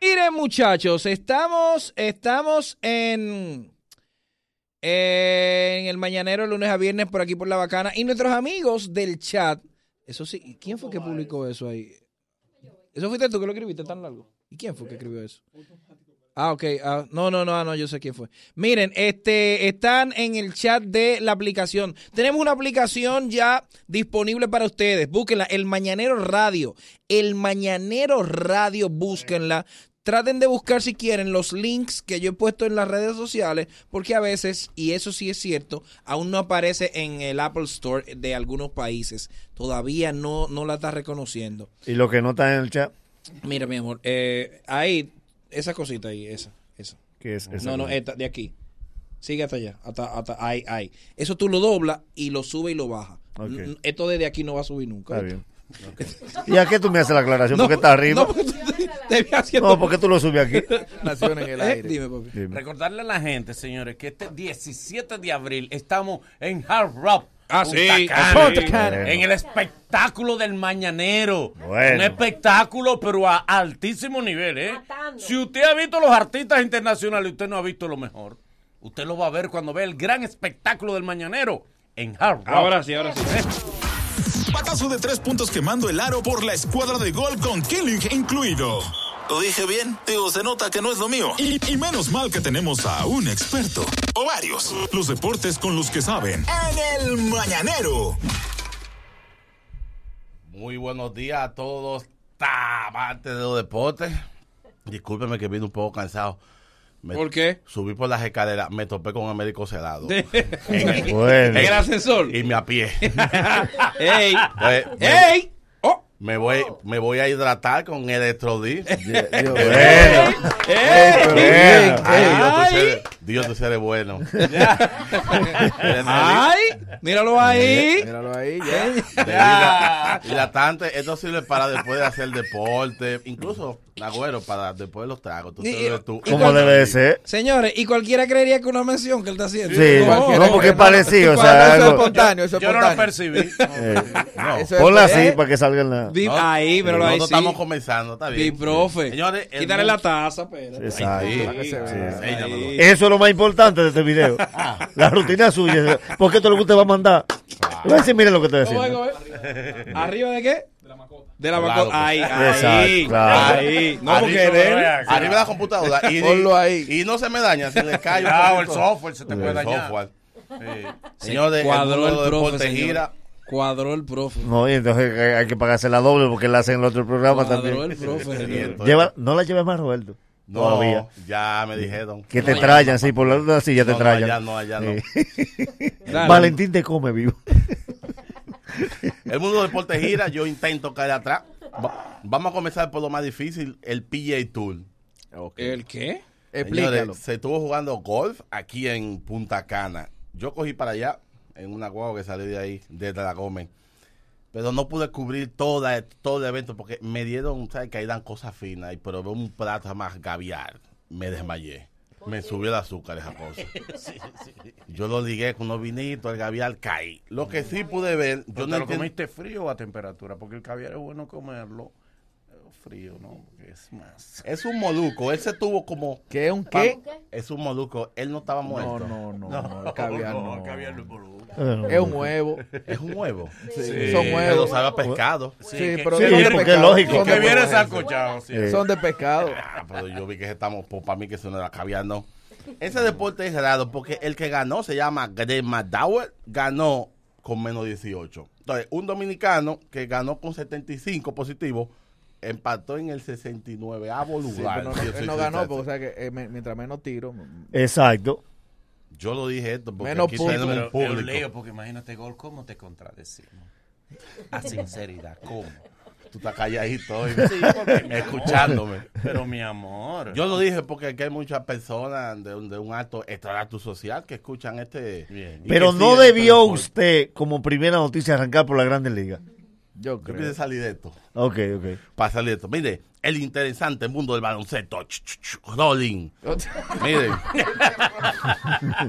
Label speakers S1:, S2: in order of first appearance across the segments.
S1: Miren, muchachos, estamos, estamos en, en el mañanero lunes a viernes por aquí por la bacana. Y nuestros amigos del chat, eso sí, ¿quién fue que publicó eso ahí? Eso fuiste tú que lo escribiste tan largo. ¿Y quién fue que escribió eso? Ah, ok. ah, no, no, no, ah, no, yo sé quién fue. Miren, este, están en el chat de la aplicación. Tenemos una aplicación ya disponible para ustedes. Búsquenla, El Mañanero Radio. El Mañanero Radio, búsquenla. Traten de buscar si quieren los links que yo he puesto en las redes sociales, porque a veces, y eso sí es cierto, aún no aparece en el Apple Store de algunos países. Todavía no, no la está reconociendo.
S2: Y lo que no está en el chat,
S1: Mira, mi amor, eh, ahí, esa cosita ahí, esa, esa.
S2: que es esa
S1: No, no,
S2: cosa.
S1: esta, de aquí. Sigue hasta allá, hasta, hasta ahí, ahí. Eso tú lo doblas y lo sube y lo baja.
S2: Ok.
S1: N- n- Esto desde aquí no va a subir nunca.
S2: Está bien. ¿Y a qué tú me haces la aclaración? ¿Por qué está arriba?
S1: No, porque tú te- te vi haciendo-
S2: No, ¿por qué tú lo subes aquí?
S3: Nación en el
S1: Eh,
S3: aire.
S1: Dime, papi.
S2: Dime.
S4: Recordarle a la gente, señores, que este 17 de abril estamos en Hard Rock.
S1: Ah,
S4: Punta
S1: sí,
S4: Cana,
S1: Punta
S2: Cana.
S4: En el espectáculo del mañanero.
S2: Bueno.
S4: Un espectáculo, pero a altísimo nivel, ¿eh?
S5: Matando.
S4: Si usted ha visto los artistas internacionales, usted no ha visto lo mejor. Usted lo va a ver cuando ve el gran espectáculo del mañanero en Hard Rock.
S1: Ahora sí, ahora sí.
S6: Patazo de tres puntos quemando el aro por la escuadra de gol con Killing incluido. Lo dije bien, digo, se nota que no es lo mío. Y, y menos mal que tenemos a un experto. O varios. Los deportes con los que saben. En el mañanero.
S7: Muy buenos días a todos, amantes de los deportes. Discúlpeme que vine un poco cansado. Me-
S1: ¿Por qué?
S7: Subí por las escaleras, me topé con Américo Celado.
S1: en
S2: Bueno,
S1: el ascensor.
S7: Y me apié.
S1: ¡Ey!
S7: Pues, me,
S1: ¡Ey! ¡Oh!
S7: me voy, me voy a hidratar con Electrodí.
S2: bueno.
S1: ¡Ey!
S2: Bueno.
S7: Ay, Dios, tú
S1: Ay.
S7: eres, Dios, tú eres bueno.
S1: ¡Ay! ¡Míralo ahí!
S3: Míralo ahí, ya.
S1: Ah.
S7: La hidratante, esto sirve para después de hacer deporte, incluso, agüero, para después de los tragos. Tú
S1: Y-
S7: te bebes tú.
S2: ¿Cómo debe de ser?
S1: Señores, y cualquiera creería que una mención que él está haciendo.
S2: Sí, no, porque es parecido, o
S3: Cuando
S2: sea,
S3: eso es
S2: algo.
S3: espontáneo, eso es
S4: Yo no lo
S3: espontáneo.
S4: percibí.
S2: Eh,
S7: No.
S3: Eso es ¿eh?
S2: Ponla
S3: espontáneo.
S2: así para que salga en la...
S1: Di-
S7: No,
S1: ahí, pero ahí
S7: Nosotros
S1: sí.
S7: estamos comenzando, está bien.
S1: Sí, profe.
S7: Señores, el
S1: Quítale
S7: mundo-
S1: la taza, espérate.
S2: Exacto.
S7: Sí,
S3: que se vea.
S7: sí, llámalo.
S2: Eso es lo más importante de este video. La rutina suya. Porque esto es lo que usted va a mandar. Le voy a decir, miren lo que estoy
S1: Ah. ¿Cómo es,
S2: haciendo.
S1: cómo es? ¿Arriba de qué? De la
S7: Claro,
S1: macota. Ahí,
S2: Exacto,
S1: ahí.
S2: claro.
S1: Ahí. No,
S7: Arriba,
S1: porque él.
S7: Arriba de la computadora. Y,
S3: Ponlo ahí.
S7: y no se me daña, se le cae. un
S4: Cuidado, Ah, el
S7: poquito.
S4: software se te puede
S7: El
S4: dañar.
S7: software. Sí.
S1: Se
S7: Señores,
S1: cuadró
S7: el
S1: el
S7: mundo de
S1: profe.
S7: deporte
S1: señor.
S7: gira.
S1: Cuadró el profe.
S2: No, y entonces hay- hay que pagarse la doble porque la hacen en el otro programa
S1: Cuadró el
S2: también.
S1: profe.
S7: Sí,
S1: señor.
S7: entonces-
S2: Lleva, no la lleves más, Roberto.
S7: No,
S2: Todavía.
S7: ya me dijeron.
S2: Que te trayan, sí, por la duda sí ya te
S7: No, no,
S2: trayan. Eh,
S7: allá no, allá no.
S1: Dale.
S2: Valentín te come vivo.
S7: El mundo del deporte gira, yo intento caer atrás. Va- vamos a comenzar por lo más difícil, el PGA Tour.
S1: ¿El qué?
S3: Explícalo.
S7: Señores, se estuvo jugando golf aquí en Punta Cana. Yo cogí para allá en una guagua que salí de ahí, desde la Gómez. Pero no pude cubrir toda, todo el evento porque me dieron, ¿sabes? Que ahí dan cosas finas y probé un plato más gaviar. Me desmayé. Me subió el azúcar esa cosa. Yo lo ligué con unos vinitos, el gaviar caí. Lo que sí pude ver,
S4: ¿Pero
S7: yo
S4: te
S7: no
S4: lo
S7: entiendo-
S4: comiste frío o a temperatura? Porque el caviar es bueno comerlo eh, frío, ¿no? Porque es más.
S7: Es un moluco, él se tuvo como...
S3: ¿Qué? ¿Un qué?
S7: Es un moluco, él no estaba
S3: No,
S7: muerto.
S3: no, no, no, el caviar no.
S4: moluco.
S2: Eh,
S3: Es un huevo.
S7: Es un huevo.
S3: Sí,
S7: Pero
S3: Son huevos.
S7: sabe a pescado.
S3: Sí,
S4: que-
S3: pero
S2: sí,
S3: son de
S2: porque
S3: pescado,
S2: lógico.
S3: son de-
S4: Que viene sacochado, sí.
S2: Eh,
S3: Son de pescado.
S7: Ah, pero yo vi que estamos, pues, para mí que se nos la caviar, no. Ese deporte es raro porque el que ganó se llama Greg McDowell, ganó con menos 18. Entonces, un dominicano que ganó con 75 positivos, empató en el 69 avo
S3: Sí, pero
S7: lugar.
S3: no, no,
S7: Sí,
S3: él
S7: sí,
S3: no
S7: sí,
S3: ganó,
S7: sí,
S3: porque o
S7: sí.
S3: sea que eh, me- mientras menos tiro.
S2: Exacto.
S7: Yo lo dije esto porque
S3: Menos
S7: aquí
S3: puntos.
S4: Pero
S7: tenemos un
S4: es un lío,
S7: público.
S4: porque imagínate, Gol, ¿cómo te contradecimos? A sinceridad, ¿cómo?
S7: Tú estás calladito hoy,
S4: porque mi amor.
S7: escuchándome.
S4: Pero mi amor.
S7: Yo lo dije porque aquí hay muchas personas de un, de un alto estrato social que escuchan este.
S4: Bien.
S7: y
S2: Pero
S7: que
S2: no
S7: siguen este
S2: debió
S7: deporte.
S2: usted, como primera noticia, arrancar por la Grandes Ligas.
S7: Yo
S3: Yo
S7: vine
S3: creo.
S7: a salir de esto.
S2: Ok, ok.
S7: Para salir de esto. Mire, el interesante mundo del baloncesto. Ch, ch, ch, Rolling. Mire.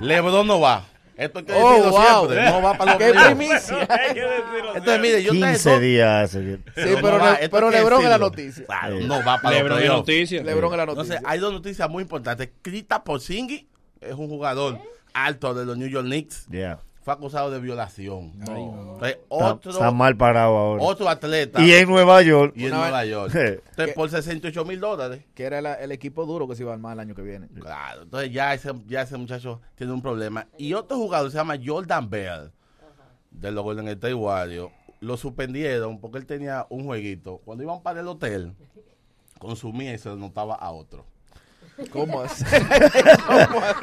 S7: Lebron no va. Esto hay que
S3: Oh,
S7: decirlo
S3: wow.
S7: siempre. No va para los
S3: ¡Qué
S7: ríos.
S3: primicia!
S4: Hay que decirlo.
S7: Entonces, mire, yo
S2: 15 días. señor.
S7: Pero no
S3: pero
S7: va,
S3: Le-
S7: esto
S3: pero
S7: hay que
S3: Lebron es la
S7: decirlo.
S3: noticia.
S7: Claro,
S2: Sí.
S7: no va para
S1: Lebron
S7: los
S1: de
S7: playoffs.
S1: noticias.
S3: Lebron es la noticia.
S7: Entonces, hay dos noticias muy importantes. Krita Porzingis es un jugador alto de los New York Knicks.
S2: Ya.
S7: Fue acusado de violación. Entonces,
S2: Está-
S7: otro,
S2: Está mal parado ahora.
S7: otro atleta.
S2: Y en Eh. Nueva York.
S7: y en
S3: Una
S7: Nueva
S3: vez-
S7: York.
S2: Sí.
S7: Entonces,
S3: ¿Qué?
S7: por 68 mil dólares.
S3: Que era la- el equipo duro que se iba a armar el año que viene.
S7: Claro, entonces ya ese, ya ese muchacho tiene un problema. Y otro jugador se llama Jordan Bell, de los Golden State Warriors. Lo suspendieron porque él tenía un jueguito. Cuando iban para el hotel, consumía y se lo notaba a otro.
S3: ¿Cómo así?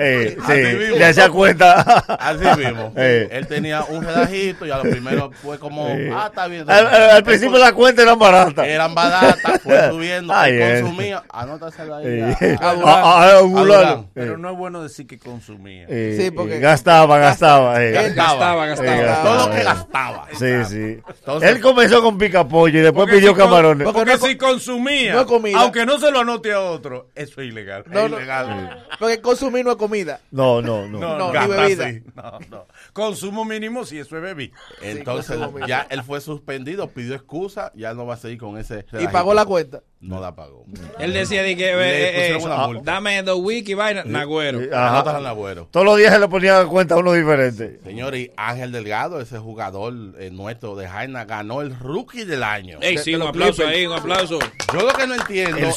S2: Eh,
S7: Así mismo.
S2: sí, le hacía cuenta.
S7: Así mismo.
S2: Eh.
S7: Él tenía un relajito y a lo primero fue como,
S2: Eh,
S7: ah, está bien.
S2: Al, al- al principio la cuenta era barata.
S7: Eran baratas, fue subiendo,
S2: Ay,
S7: él
S2: eh.
S7: consumía. Anótasela ahí.
S2: Eh,
S7: a-
S2: a-
S7: a-
S2: a- a- a-
S7: Durán.
S4: Pero no es bueno decir que consumía.
S2: eh,
S3: Sí,
S2: eh,
S3: porque-
S2: gastaba, gastaba. eh.
S1: Él gastaba,
S7: Gastaba.
S1: gastaba.
S2: Eh, gastaba.
S7: todo lo que gastaba.
S2: Sí, sí.
S7: Entonces-
S2: Él comenzó con picapollo y después
S4: Porque
S2: pidió
S4: si con-
S2: camarones.
S4: Porque,
S3: Porque no
S4: si consumía,
S3: no es comida.
S4: aunque no se lo anote a otro, eso es ilegal.
S3: No,
S4: es
S3: no.
S4: ilegal.
S3: Porque consumir no es comida.
S2: No, no, no.
S4: No,
S3: No,
S4: no,
S3: ni
S4: gasta
S3: bebida.
S4: así. No, no. Consumo mínimo si eso es bebida.
S7: Entonces
S3: claro, hombre.
S7: ya él fue suspendido, pidió excusa, ya no va a seguir con ese.
S3: Y
S7: relajito.
S3: pagó la cuenta.
S7: No la pagó.
S1: Él decía de que, eh,
S7: Le
S1: eh,
S7: pusieron
S1: eh,
S7: una multa.
S1: dame dos wiki y vaina, nagüero.
S2: Eh,
S7: Ajá.
S2: ajá.
S7: al agüero.
S2: Todos los días se le ponían a cuenta a uno diferente.
S7: Señor, y Ángel Delgado, ese jugador eh, nuestro de Jaina, ganó el rookie del año.
S1: Ey, sí,
S3: de
S1: un
S3: los
S1: aplauso
S3: Clippers.
S1: ahí, un aplauso.
S7: Yo lo que no entiendo.
S2: El
S7: es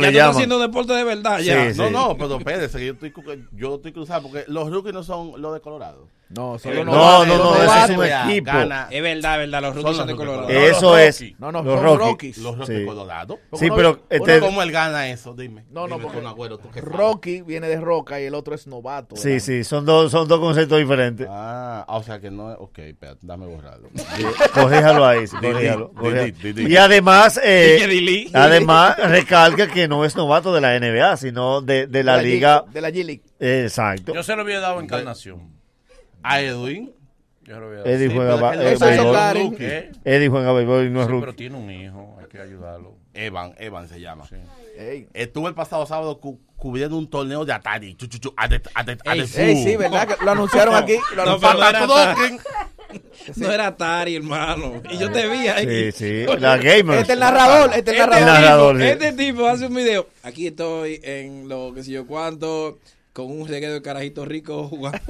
S1: Ya
S2: le
S1: tú estás
S2: llaman.
S1: haciendo deporte de verdad, ya.
S7: basquetbol. No,
S2: Sí.
S7: no, pero espérese, que yo estoy, cu- yo estoy cruzado porque los rookies no son los de Colorado.
S3: No,
S7: Eh,
S3: solo
S2: no,
S3: no.
S2: no, no,
S7: los
S2: ese es un
S7: novatos,
S2: equipo.
S7: gana-
S1: Es verdad, es verdad, los rookies
S7: Son
S1: son de
S7: los rookies,
S1: color.
S7: Eh,
S2: Eso
S3: los
S2: es.
S3: Rockies. No, no,
S2: los
S3: son
S2: Rockies.
S3: Rockies.
S7: Los rookies
S2: Sí.
S7: Colorado.
S2: Sí,
S3: Uno-
S2: pero
S3: uno
S2: este,
S7: ¿Cómo él gana eso? Dime.
S3: No,
S7: Dime
S3: no,
S7: tú,
S3: porque-
S7: un agüero, tú que sabes.
S3: Rocky viene de roca y el otro es novato.
S2: sí, sí, son dos, son dos conceptos diferentes.
S7: Ah, ah, o sea que no es. Ok, espérate, dame borrarlo.
S2: Corríjalo ahí, sí,
S7: Didi,
S2: corríjalo,
S7: Didi,
S2: corríjalo.
S7: Didi.
S2: Y además, eh,
S1: Dije, Dili.
S2: además recalca que no es novato de la NBA, sino de, de la liga.
S3: G- De la G-League.
S2: eh, exacto.
S4: Yo se lo había dado encarnación.
S7: A Ah, Edwin.
S4: Yo se lo había dado.
S2: Eddie
S7: Sí,
S2: juega
S7: pero
S2: ba-
S7: él
S2: eh,
S7: es
S3: Eso hizo
S2: béisbol.
S3: claro. Karen.
S7: rookie.
S4: ¿Eh?
S2: Eddie juega béisbol y no es
S4: Sí,
S2: rookie.
S4: pero tiene un hijo, hay que ayudarlo.
S7: Evan, Evan se llama.
S2: Uh.
S3: Ey.
S7: Estuvo el pasado sábado cu- cubriendo un torneo de Atari. Chu, chu, chu, ade- ade-
S1: Ey,
S7: adefu.
S3: Ey, sí, ¿verdad? Que lo anunciaron aquí. Lo
S1: No,
S3: anunciaron.
S1: pero era
S7: Patadoken.
S1: No era Atari, hermano. Y yo te vi ahí.
S2: Sí, sí, la gamer.
S3: Este es el narrador. Este es el
S2: El
S3: narrador.
S2: narrador,
S1: tipo,
S2: sí.
S1: este tipo hace un video. Aquí estoy en lo que sé yo cuánto, con un reguero de carajito rico jugando.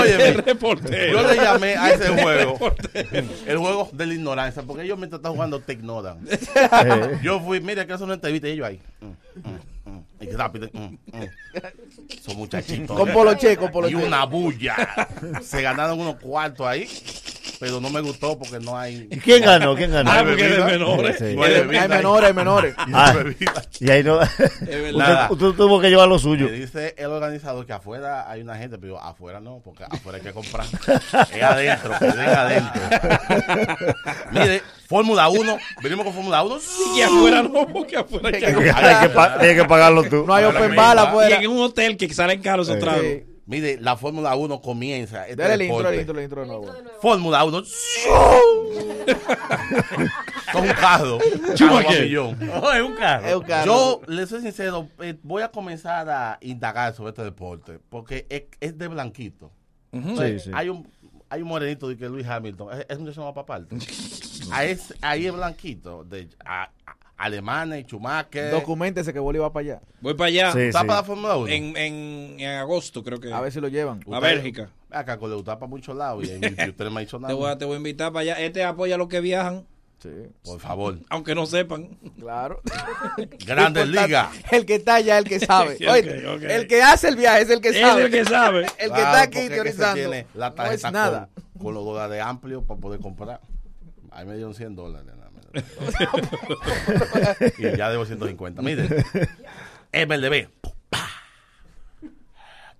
S1: Oye, reportero.
S7: Yo le llamé a ese juego
S1: Reportero.
S7: el juego de la ignorancia, porque ellos mientras están jugando te ignoran.
S2: Eh,
S7: Yo fui, mira, que eso no entrevista y ellos ahí. mm, mm, mm, y rápido. mm, mm. Son muchachitos.
S3: Con Poloche, con
S7: y
S3: Poloche.
S7: una bulla. Se ganaron unos cuartos ahí, pero no me gustó porque no hay.
S2: ¿y ¿Quién ganó? ¿Quién ganó?
S1: Ah, porque es de menores.
S2: Sí.
S7: No
S1: Hay
S3: Hay
S7: bebida ahí.
S3: menores, hay menores.
S7: Y no hay
S2: Ah,
S7: bebida.
S2: y ahí no. usted,
S7: verdad.
S2: usted tuvo que llevar lo suyo.
S7: Me dice el organizador que afuera hay una gente, pero yo, afuera no, porque afuera hay que comprar. es adentro, que den adentro. Mire, Fórmula 1, venimos con Fórmula 1.
S1: Y que afuera no, porque afuera hay que
S2: Tienes que, pa- tienes que pagarlo tú.
S3: No hay
S7: Ahora
S3: open
S7: mismo.
S3: bala
S1: Y
S3: afuera.
S1: en un hotel que salen caros esos tragos.
S3: Sí.
S7: Mire, la Fórmula 1 comienza. Este
S3: Dale el intro,
S7: deporte.
S3: el intro, el intro de nuevo.
S7: Fórmula 1. Son un carro. carro
S1: Schumacher.
S7: papillón.
S4: Oh, es un carro.
S3: Es un carro.
S7: Yo le soy sincero, eh, voy a comenzar a indagar sobre este deporte, porque es, es de blanquito.
S2: Sí, sí.
S7: Hay un hay un morenito de que Luis Hamilton, es, es un deseo para parte. ahí, es, ahí es blanquito, de a- a- alemanes,
S1: eh,
S7: Schumacher.
S3: Documentese que Bolívar va para allá.
S1: Voy para allá
S2: Sí,
S7: ¿Está
S2: sí.
S7: para la Fórmula 1?
S1: en, en, en agosto, creo que.
S3: A ver si lo llevan.
S1: a Bélgica.
S7: Acá con Leutapa para muchos lados y, y usted no me ha dicho
S1: Te
S7: nada.
S1: voy, a, te voy a invitar para allá. Este apoya a los que viajan,
S3: Sí,
S7: Por favor.
S1: aunque no sepan.
S3: claro.
S7: Grandes
S3: Importante.
S7: Ligas.
S3: El que está allá, el que sabe.
S1: Sí, ok,
S3: Oye,
S1: ok.
S3: El que hace el viaje es el que
S1: Es
S3: sabe.
S1: el que sabe.
S3: El que
S7: Claro,
S3: está aquí
S7: porque es que se
S3: teorizando.
S7: tiene la
S3: no es
S7: tarjeta
S3: nada.
S7: Con, con los dólares amplios para poder comprar. Ahí me dieron 100 dólares. nada más. y ya debo 150. Mire, MLB. Pa.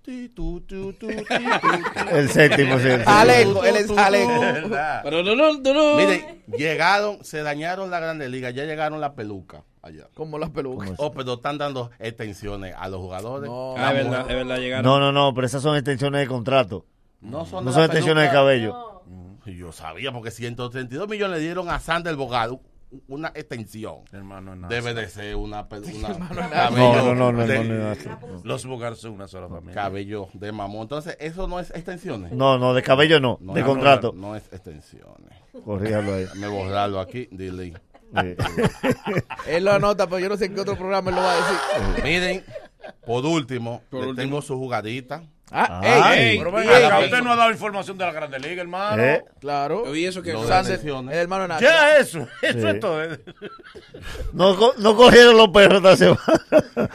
S7: Ti, tu, tu, tu, ti, tu, tu.
S2: El séptimo, sí. el séptimo.
S3: Alejo, él es
S7: Tu, tu, tu,
S3: Alejo.
S7: ¿verdad?
S1: Pero no, no, no, no.
S7: Mire, llegaron, se dañaron la Grande Liga, ya llegaron la peluca allá.
S3: Como las pelucas.
S7: Oh, pero están dando extensiones a los jugadores.
S3: No.
S1: Ah,
S7: La
S1: es
S7: mujer-
S1: verdad, es verdad, llegaron.
S2: No, no, no, pero esas son extensiones de contrato.
S7: no son,
S2: No
S7: de
S2: son
S7: la
S2: extensiones de
S7: peluca.
S2: cabello.
S7: Y Yo sabía, porque 132 millones le dieron a Sander Bogado, una extensión.
S4: Hermano, es nada.
S7: Debe de ser una, pe- una-
S2: No, no,
S7: cabello,
S2: Ah, no, no,
S7: de,
S2: no, no, no.
S4: Los bugar son una sola familia.
S7: cabello de mamón. Entonces, eso no es extensiones.
S2: No, no, de cabello no,
S7: No,
S2: de
S7: no,
S2: contrato.
S7: No, es extensiones.
S2: Corríjalo ahí.
S7: Me borrarlo aquí, dile.
S2: Eh,
S3: Él lo anota, pero yo no sé en qué otro programa él lo va a decir.
S7: Miren, por último,
S5: Por
S7: le
S5: último.
S7: tengo su jugadita.
S3: Ah,
S2: Ay.
S3: ey, ey,
S4: Pero
S3: ey,
S4: venga, acá,
S7: ey.
S4: usted no ha dado información de la Grande Liga, hermano.
S2: eh,
S3: Claro.
S1: Oye, eso que
S7: Lo de
S3: Sander,
S7: extensiones.
S3: el hermano de Nacho.
S4: Ya eso, eso
S2: Sí.
S4: es todo. eh.
S2: No, co- no cogieron los perros esta semana.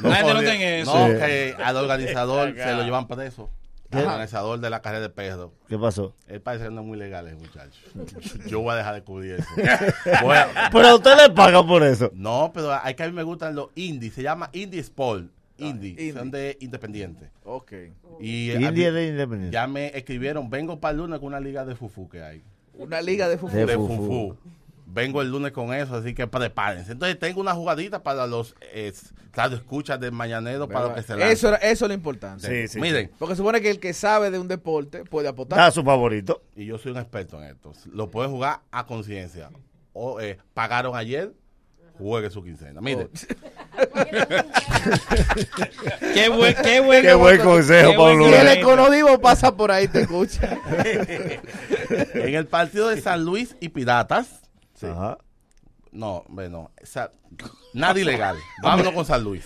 S1: Nadie no
S7: podía-
S1: tiene eso.
S7: No, que al organizador se lo llevan preso. Al organizador de la carrera de perro.
S2: ¿Qué pasó?
S7: Él parece que no es muy legal, ese muchacho. Yo voy a dejar de cubrir eso. Voy a-
S2: Pero a usted le pagan por eso.
S7: No, pero hay que a mí me gustan los indies. Se llama Indie Sport. Indie. Son de independientes.
S3: Ok.
S7: Y eh, a mí-
S2: India de Independiente.
S7: ya me escribieron, vengo para el lunes con una liga de fufu que hay.
S3: Una liga de
S2: De
S3: fútbol.
S7: De
S2: fufú.
S7: fufu. Vengo el lunes con eso, así que prepárense. Entonces tengo una jugadita para los eh, radio escuchas del mañanero para los que se
S3: Eso,
S7: lancen.
S3: era- eso es lo importante.
S2: Sí, sí.
S7: Miren,
S3: Porque supone que el que sabe de un deporte puede apostar.
S2: Da su favorito.
S7: y yo soy un experto en esto. Lo puedes jugar a conciencia. O eh, pagaron ayer, juegue su quincena. Mire,
S1: Qué buen, qué buen,
S2: Qué buen consejo,
S1: Qué buen
S2: Pablo.
S3: Si el
S1: consejo.
S3: económico pasa por ahí, te escucha.
S7: en el partido de San Luis y Piratas,
S2: Ajá.
S7: no, bueno, sa- nada ilegal. Vámonos con San Luis.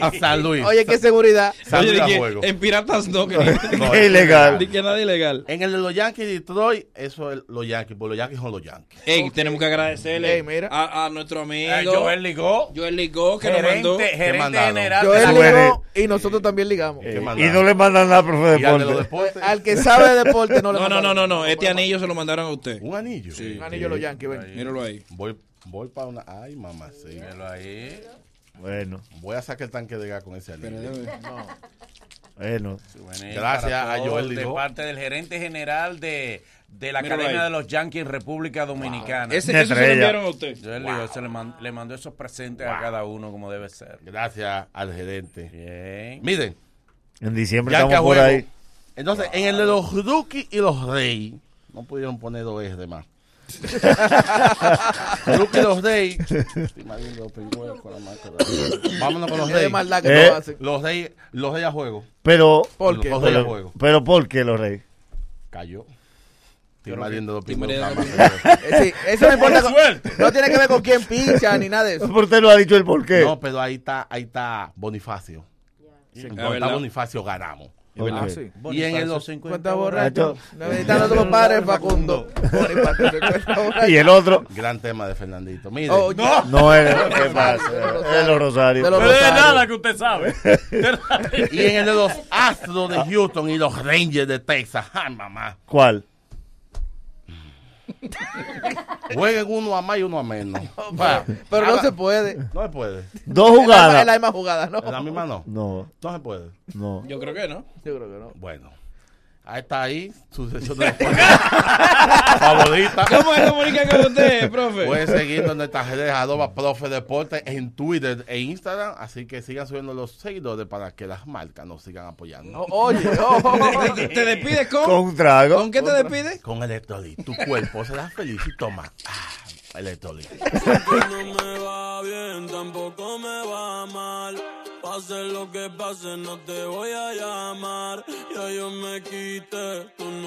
S7: A San Luis.
S3: Oye, qué seguridad.
S7: San
S1: Oye, di
S7: Luis a
S1: que
S7: juego.
S4: Em-
S1: en Piratas no, que ni-
S7: No,
S2: Qué
S7: es
S2: ilegal.
S1: di que nada ilegal.
S7: En el de los Yankees de Detroit, eso es los Yankees, porque los Yankees son los Yankees.
S1: Ey, tenemos que agradecerle
S3: Ey, mira.
S1: A, a nuestro amigo
S4: Eh, Joel ligó.
S1: Joel Ligó, que
S4: gerente,
S1: nos mandó.
S7: ¿Qué
S4: gerente
S7: mandaron?
S4: general.
S3: Yo
S4: de
S3: él
S4: la-
S2: Sube
S3: ligó y nosotros también ligamos.
S2: Eh, y
S7: maldad.
S2: no le mandan nada, profe
S7: Y al de los
S2: deporte.
S7: deportes,
S3: Al que sabe de deporte no le
S1: No, no, no, no,
S3: mandaron.
S1: no. Este anillo se lo mandaron a usted.
S7: un anillo.
S3: Un anillo a los Yankees, ven.
S1: Míralo ahí.
S7: Voy, voy para una. Ay, mamá, sí.
S4: Ahí.
S2: Bueno,
S7: Voy a sacar el tanque de gas con ese anillo.
S2: bueno.
S4: Bueno,
S7: Gracias
S4: para
S7: a
S4: todos,
S7: Joel
S4: De
S7: Ligó.
S4: parte del gerente general de, de la
S1: Míralo
S4: Academia
S1: ahí.
S4: de los Yankees en República Dominicana.
S1: Ese,
S2: Una
S1: eso se lo
S2: estrella.
S1: enviaron a usted.
S4: Joel Ligó se le, man- le mandó esos presentes a cada uno como debe ser.
S7: Gracias al gerente.
S4: Bien.
S7: Miren,
S2: En diciembre
S7: Yankees a
S2: estamos por
S7: juego.
S2: ahí.
S7: Entonces, en el de los rookies y los reyes, no pudieron poner dos es de más. rookie y los reyes. Estoy mal viendo los pingüinos con la máscara. Vámonos con los
S3: Es de
S7: reyes.
S3: maldad que
S2: Eh.
S3: no hacen.
S7: Los reyes, los reyes a juego.
S2: Pero,
S3: ¿Por qué?
S7: Los reyes a
S2: pero,
S7: juego.
S2: pero ¿por qué los reyes?
S7: Cayó. Estoy mal viendo los
S1: Estoy mal
S7: pingüinos
S1: viendo
S7: con la
S1: los
S7: máscara.
S3: Eh, sí, eso no importa. con-
S4: Suerte.
S3: no tiene que ver con quién pincha ni nada de eso.
S2: Pero usted no ha dicho el por qué.
S7: No, pero ahí está, ahí está Bonifacio.
S1: Ah,
S7: Cuando está
S1: ¿verdad?
S7: Bonifacio ganamos.
S2: Ok.
S4: Ah,
S7: Y en el los
S3: Cuenta
S7: 50
S3: borracho. Necesitan a tu compadre Facundo. Bonifacio, que cuenta borracho.
S2: Y el otro.
S7: gran tema de Fernandito. Miren,
S3: Oh, ya.
S2: No era. ¿Qué
S3: Rosario, de los
S2: pasa? Es
S3: Rosarios.
S2: los Rosario.
S3: De los
S4: Pero es de
S3: Rosario.
S4: nada que usted sabe.
S7: y en el de los Astros de Houston y los Rangers de Texas. Ay, mamá.
S2: ¿Cuál?
S7: Jueguen uno a más y uno a menos. Va.
S3: Pero no
S7: Haga-
S3: se puede.
S7: No se puede.
S2: Dos
S3: Es la
S2: jugadas.
S3: misma jugada, ¿no?
S7: En la misma no.
S2: No,
S7: No se puede.
S2: no.
S1: Yo creo que no.
S3: Yo creo que no.
S7: Bueno. Ahí está ahí. Sucesión de favorita.
S1: ¿Cómo se comunica con usted, profe?
S7: Pueden seguirnos en nuestras redes arroba profe deporte en Twitter e Instagram. Así que sigan subiendo los seguidores para que las marcas nos sigan apoyando.
S3: O- Oye, oh, oh, oh.
S1: ¿Te, te despides con?
S2: Con
S1: ¿Con,
S2: un trago.
S1: qué te despides?
S7: Con electrolit, tu cuerpo será feliz y toma. Ah, electrolit.
S8: no me va bien, tampoco me va mal. Pase lo que pase, no te voy a llamar. Ya yo me quité, tú nunca.